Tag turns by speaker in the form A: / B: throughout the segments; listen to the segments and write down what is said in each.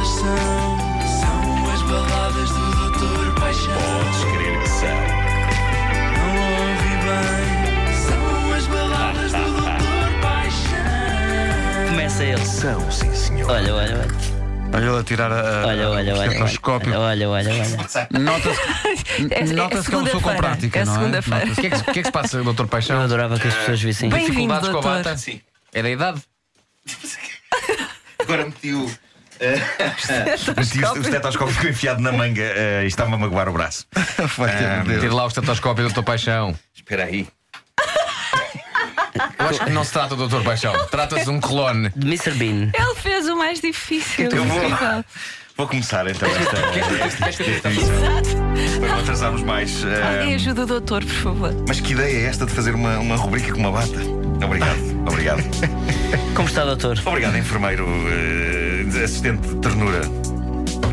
A: não.
B: São as baladas do Doutor Paixão.
C: Podes crer que são.
A: Não ouvi bem.
B: São as baladas do Doutor Paixão.
D: Começa ele.
C: São, sim, senhor. é
D: Olha, olha, olha.
A: Olha ele a tirar a, a-
D: Olha, olha,
A: o
D: olha.
A: estetoscópio.
D: Olha, olha, olha. olha.
E: É- é- é
A: Nota-se que é uma pessoa com
E: segunda-feira.
A: prática,
E: É
A: não é?
E: segunda-feira.
A: Nota-se. O que é que, se- o que é que se passa, doutor
D: Eu
A: Paixão?
D: adorava que as pessoas vissem isso.
E: Bem-vindo,
A: Dificuldades com a
E: doutor.
A: bata?
C: Sim.
A: É da idade.
C: Agora meti o. Meti o estetoscópio ficou é enfiado na manga eh, e estava a magoar o braço. Ah,
A: Tira lá o estetoscópio, doutor Paixão.
C: Espera aí.
A: Eu acho que não se trata do doutor Paixão. Trata-se de um clone.
D: De Mr. Bean.
E: Ele fez o mais difícil.
C: Eu vou-
E: possível.
C: Vou começar então esta. esta- esta definição, Para não atrasarmos mais. eh,
E: Alguém ajuda o doutor, por favor.
C: mas que ideia é esta de fazer uma, uma rubrica com uma bata? Obrigado, obrigado.
D: Como está, doutor?
C: Obrigado, enfermeiro eh, assistente de ternura.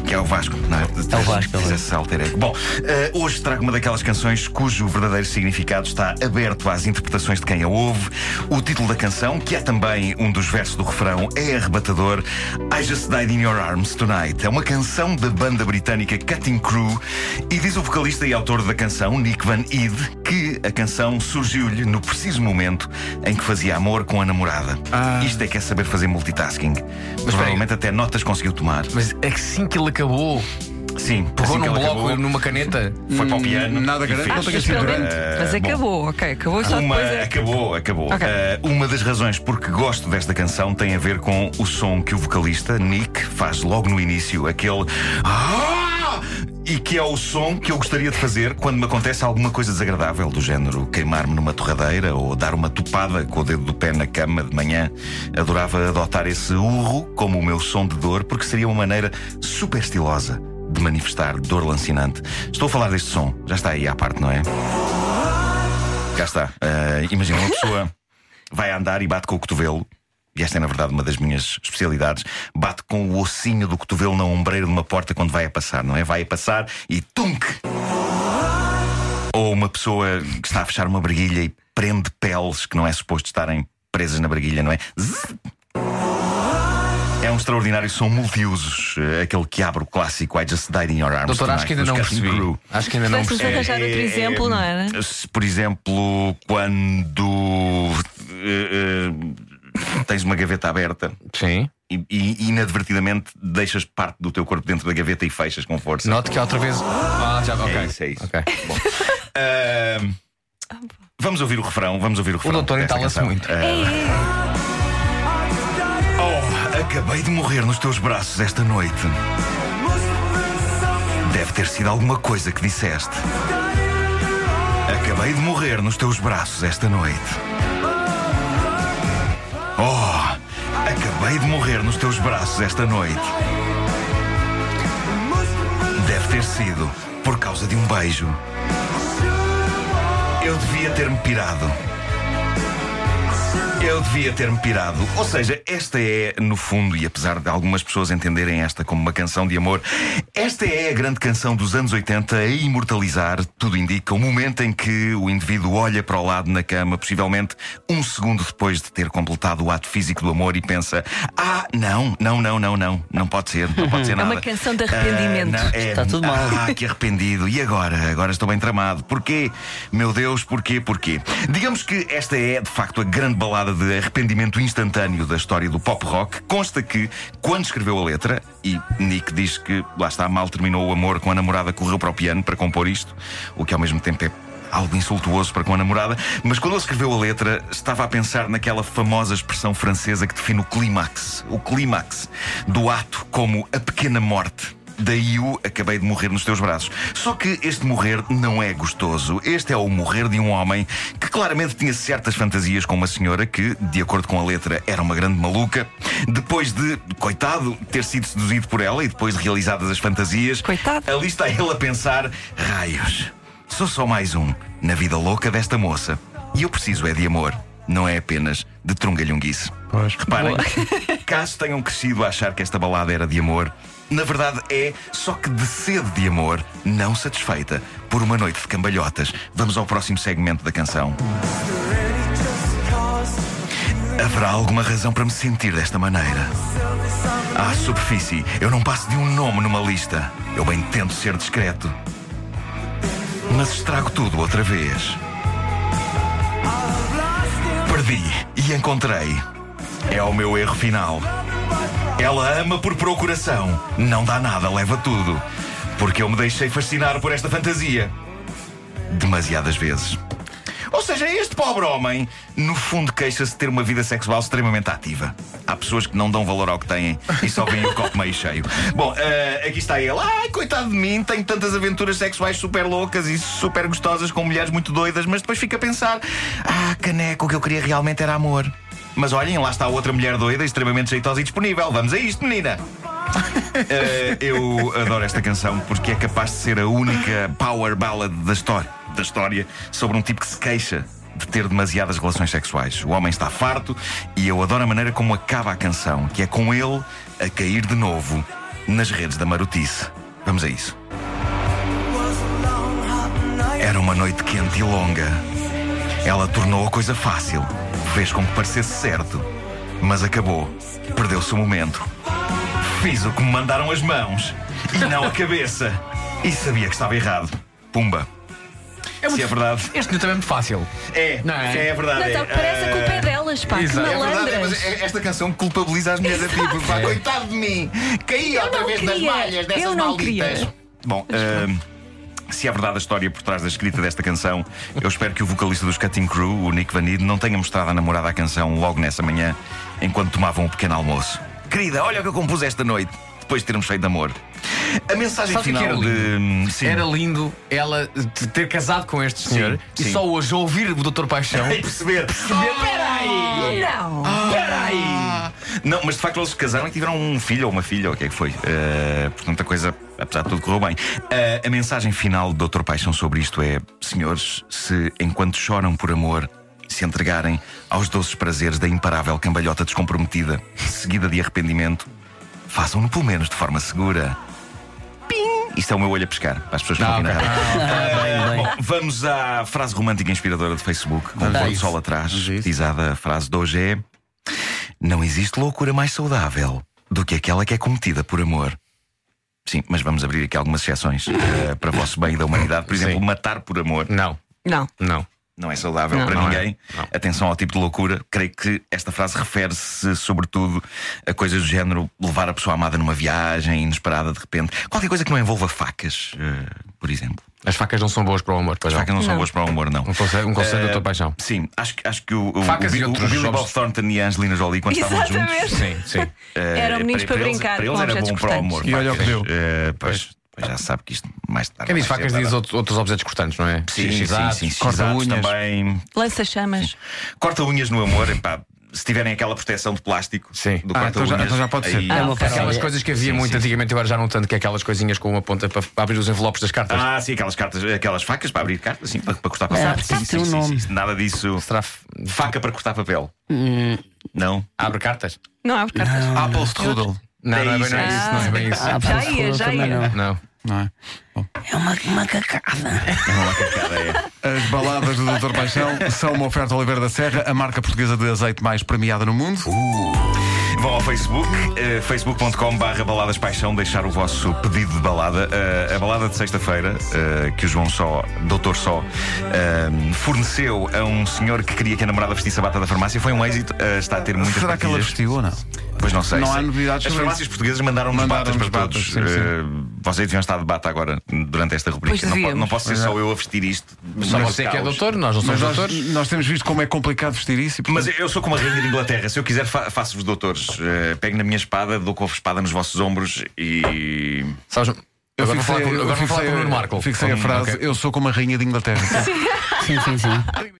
C: Que é o Vasco, não é?
D: É o Vasco, é o Vasco.
C: Diz esse alter ego. Bom, eh, hoje trago uma daquelas canções cujo verdadeiro significado está aberto às interpretações de quem a ouve. O título da canção, que é também um dos versos do refrão, é arrebatador. I Just Died in Your Arms Tonight. É uma canção da banda britânica Cutting Crew e diz o vocalista e autor da canção, Nick Van Ede, que a canção surgiu-lhe no preciso momento em que fazia amor com a namorada.
A: Ah.
C: Isto é que é saber fazer multitasking. Provavelmente até notas conseguiu tomar.
A: Mas é que assim que ele acabou,
C: Sim,
A: pegou
C: assim que
A: num
C: ela
A: bloco
C: acabou,
A: e numa caneta.
C: foi para o piano.
A: Nada
C: e
A: grande,
C: fez.
A: não tenho
E: Mas, pelo
A: cintura.
E: menos- mas
C: É, bom.
E: acabou, ok. Acabou só
C: Uma,
E: depois. é-
C: Acabou, acabou.
E: Ok.
C: Eh, uma das razões porque gosto desta canção tem a ver com o som que o vocalista, Nick, faz logo no início, aquele. "Ah!" E que é o som que eu gostaria de fazer quando me acontece alguma coisa desagradável, do género queimar-me numa torradeira ou dar uma topada com o dedo do pé na cama de manhã. Adorava adotar esse urro como o meu som de dor, porque seria uma maneira super estilosa de manifestar dor lancinante. Estou a falar deste som, já está aí à parte, não é? Cá está. Ah, imagina, uma pessoa vai andar e bate com o cotovelo. E esta é, na verdade, uma das minhas especialidades. Bate com o ossinho do cotovelo na ombreira de uma porta quando vai a passar, não é? Vai a passar e tunk! Ou uma pessoa que está a fechar uma briguilha e prende peles que não é suposto estarem presas na briguilha, não é? Zzz! É um extraordinário som multiusos, eh, aquele que abre o clássico I Just Died in Your Arms.
A: Doutor, acho
C: Tonight,
A: que ainda
C: dos
A: não
C: Cutting
A: percebi.
C: Crew.
A: Acho que ainda não
E: Vais
A: percebi.
E: nos arranjar outro exemplo, não é? né?
C: Se, por exemplo, quando eh, eh, tens uma gaveta aberta
A: Sim.
C: e, e inadvertidamente deixas parte do teu corpo dentro da gaveta e fechas com força.
A: Note que há outra vez. Ah, já, ok.
C: É isso, é isso.
A: Ok.
C: Ahm, vamos ouvir o refrão, vamos ouvir o refrão.
A: doutor
C: desta
A: entala-se
C: canção.
A: muito.
C: Ah, oh, acabei de morrer nos teus braços esta noite. Deve ter sido alguma coisa que disseste. Acabei de morrer nos teus braços esta noite. Oh, acabei de morrer nos teus braços esta noite. Deve ter sido por causa de um beijo. Eu devia ter-me pirado. Eu devia ter-me pirado. Ou seja, esta é, no fundo, e apesar de algumas pessoas entenderem esta como uma canção de amor, esta é a grande canção dos anos 80 a imortalizar, tudo indica, o momento em que o indivíduo olha para o lado na cama, possivelmente um segundo depois de ter completado o ato físico do amor e pensa: Ah, não, não, não, não, não, não pode ser, não pode ser
E: É
C: nada.
E: uma canção de
C: Ah,
E: arrependimento.
C: não, é,
D: Está tudo mal.
C: ah, que arrependido. E agora? Agora estou bem tramado. Porquê? Meu Deus, porquê? Porquê? Digamos que esta é, de facto, a grande balada de arrependimento instantâneo da história do pop rock. Consta que, quando escreveu a letra, e Nick diz que, lá está, mal terminou o amor com a namorada, correu para o piano para compor isto, o que ao mesmo tempo é algo insultuoso para com a namorada, mas quando ele escreveu a letra, estava a pensar naquela famosa expressão francesa que define o clímax, o clímax do ato como a pequena morte. Daí o acabei de morrer nos teus braços. Só que este morrer não é gostoso. Este é o morrer de um homem que claramente tinha certas fantasias com uma senhora que, de acordo com a letra, era uma grande maluca. Depois de, coitado, ter sido seduzido por ela e depois de realizadas as fantasias,
E: Coitado.
C: ali está ele a pensar: raios, sou só mais um na vida louca desta moça. E eu preciso é de amor, não é apenas de trungalhunguice.
A: Pois.
C: Reparem, caso tenham crescido a achar que esta balada era de amor, na verdade é, só que de sede de amor, não satisfeita por uma noite de cambalhotas. Vamos ao próximo segmento da canção. A Haverá alguma razão para me sentir desta maneira? À superfície, eu não passo de um nome numa lista. Eu bem tento ser discreto. Mas estrago tudo outra vez. Perdi e encontrei. É o meu erro final. Ela ama por procuração. Não dá nada, leva tudo. Porque eu me deixei fascinar por esta fantasia. Demasiadas vezes. Ou seja, este pobre homem, no fundo, queixa-se de ter uma vida sexual extremamente ativa. Há pessoas que não dão valor ao que têm e só veem o copo meio cheio. Bom, eh, aqui está ele. Ai, coitado de mim, tenho tantas aventuras sexuais super loucas e super gostosas com mulheres muito doidas, mas depois fica a pensar: ah, caneco, o que eu queria realmente era amor. Mas olhem, lá está outra mulher doida, extremamente jeitosa e disponível. Vamos a isto, menina! Eh, eu adoro esta canção porque é capaz de ser a única power ballad da história, da história sobre um tipo que se queixa de ter demasiadas relações sexuais. O homem está farto e eu adoro a maneira como acaba a canção, que é com ele a cair de novo nas redes da marotice. Vamos a isso. Era uma noite quente e longa. Ela tornou a coisa fácil, fez com que parecesse certo, mas acabou. Perdeu-se o momento. Fiz o que me mandaram as mãos e não a cabeça. E sabia que estava errado. Pumba.
A: É
C: Se é verdade.
A: Este também é muito fácil.
C: É,
A: Não é?
C: é verdade.
E: Não,
C: é.
E: tá, parece a culpa é delas, pá. Que
A: Exato.
C: É verdade, é,
E: malandras.
C: mas é- esta canção culpabiliza as mulheres a tipo, pá,
A: É.
C: coitado de mim, caí outra
E: não
C: vez
E: queria,
C: nas malhas dessas
E: eu não
C: malditas.
E: queria.
C: Bom, ahm, se é verdade a história por trás da escrita desta canção, eu espero que o vocalista dos Cutting Crew, o Nick Vanid, não tenha mostrado à namorada a canção logo nessa manhã, enquanto tomavam o pequeno almoço. Querida, olha o que eu compus esta noite, depois de termos feito amor. A mensagem
A: Sabe o que
C: final
A: era
C: de. hum, Sim.
A: Era lindo ela te- ter casado com este senhor e
C: sim.
A: só hoje ouvir o Dr. Paixão.
C: Ai, perceber. Oh, peraí!
E: Não.
A: Ah.
C: Peraí! Não, mas de facto eles se casaram e tiveram um filho ou uma filha, ou o que é que foi? Eh, portanto, a coisa, apesar de tudo, correu bem. Eh, a mensagem final do Dr. Paixão sobre isto é: senhores, se enquanto choram por amor, se entregarem aos doces prazeres da imparável cambalhota descomprometida, seguida de arrependimento, façam-no pelo menos de forma segura. Pim! Isto é o meu olho a pescar, para as pessoas que estão
A: Não,
C: aqui na
A: ok.
C: rádio.
D: Ah, bem,
C: Bom,
D: bem.
C: vamos à frase romântica inspiradora do Facebook, com o
D: a
C: pôr do
D: isso.
C: sol atrás, batizada a frase de hoje é: Não existe loucura mais saudável do que aquela que é cometida por amor. Sim, mas vamos abrir aqui algumas exceções eh, para o vosso bem e da humanidade. Por exemplo,
A: Sim.
C: matar por amor
A: Não,
E: Não.
A: não.
C: não é saudável
E: Não.
C: para
A: Não é.
C: ninguém.
A: Não.
C: Atenção ao tipo de loucura. Creio que esta frase refere-se sobretudo a coisas do género levar a pessoa amada numa viagem inesperada de repente. Qualquer coisa que não envolva facas, eh, por exemplo.
A: As facas não são boas para o amor, pois não.
C: As facas não são
E: Não.
C: boas para o amor, não.
A: Um conselho, um conselho
C: Eh,
A: do Dr. Paixão.
C: Sim, acho, que- acho que o, o,
A: Facas
C: o Bi-
A: e
C: o
A: outros
C: Billy
A: jobs.
C: Bob Thornton e a Angelina Jolie quando estavam juntos.
E: Exatamente.
A: Sim, sim.
C: eh,
E: Eram meninos para
C: eles-
E: brincar
C: Para eles
E: com
C: era
E: objetos
C: bom para o
E: cortantes.
C: amor.
A: E olha o que
C: facas.
A: deu.
C: Eh, pois, pois já sabe que isto mais tarde.
A: Quem diz
C: vai ser
A: É facas diz
C: É verdade.
A: outro- outros objetos cortantes, não é?
C: Sim, sim, sim,
A: Xixizados,
C: sim, sim,
A: corta-unhas.
C: xizados também.
E: Lança chamas.
C: Corta unhas no amor, epá, se tiverem aquela proteção de plástico
A: Sim.
C: do
A: Ah,
C: corta
A: então já-
C: unhas,
A: então já pode ser.
C: aí-
D: É uma
A: Aquelas
D: parada.
A: coisas que havia muito antigamente, agora já não tanto, que é aquelas coisinhas com uma ponta para abrir os envelopes das cartas.
C: Ah, sim, aquelas cartas, aquelas facas para abrir cartas, sim, para, para
E: É,
C: cortar papel.
D: Ah,
C: Sim,
D: tem
C: sim,
D: um
C: sim,
D: nome.
C: sim, Nada disso.
A: Será f-
C: Faca para cortar papel.
E: Hum.
C: Não.
A: abre cartas?
E: Não há cartas.
F: Apple Strudel.
A: Não,
C: É
A: não é bem
C: isso,
A: não é
C: é
A: isso, não é bem isso.
D: Ah,
E: Já
D: pronto,
E: ia, já
D: também
E: ia.
D: não.
A: Não.
F: Não é?
D: É uma, uma cacada.
C: É uma facada, é.
F: As baladas do Dr. Paixão são uma oferta a Oliveira da Serra, a marca portuguesa de azeite mais premiada no mundo.
A: Uh,
C: Vão ao Facebook, eh, facebook.com/barra baladas paixão, deixar o vosso pedido de balada. Eh, a balada de sexta-feira, eh, que o João Só, Doutor Só, eh, forneceu a um senhor que queria que a namorada vestisse a bata da farmácia, foi um êxito, eh, está a ter muitas
F: Será que ela
C: partilhas.
F: vestiu ou não?
C: Pois não sei.
F: Não
C: sei.
F: há novidades
C: As
F: sobre
C: farmácias portuguesas mandaram-nos
F: Mandaram-nos
C: batas para
F: batas,
C: todos.
F: sim, sim.
C: Eh, vocês deviam estar de bata agora durante esta
E: Pois
C: rubrica. Não, po-
E: devíamos.
C: não posso ser só
F: é.
C: eu a vestir isto.
A: Só
C: Mas
A: você que é
C: caos.
A: doutor, nós não somos
F: Mas nós,
A: doutores.
F: nós temos visto como é complicado vestir isso. e, portanto,
C: Mas eu sou como a rainha de Inglaterra. Se eu quiser, fa- faço-vos doutores. Eh, pego na minha espada, dou com a espada nos vossos ombros e.
A: Sabes, agora vou falar
F: fixei-
A: com- agora vou falar
F: fixei-
A: com o Nuno Marco.
F: Fixei a
A: Hum,
F: frase,
A: ok.
F: eu sou como a rainha de Inglaterra.
D: Sim, sim, sim.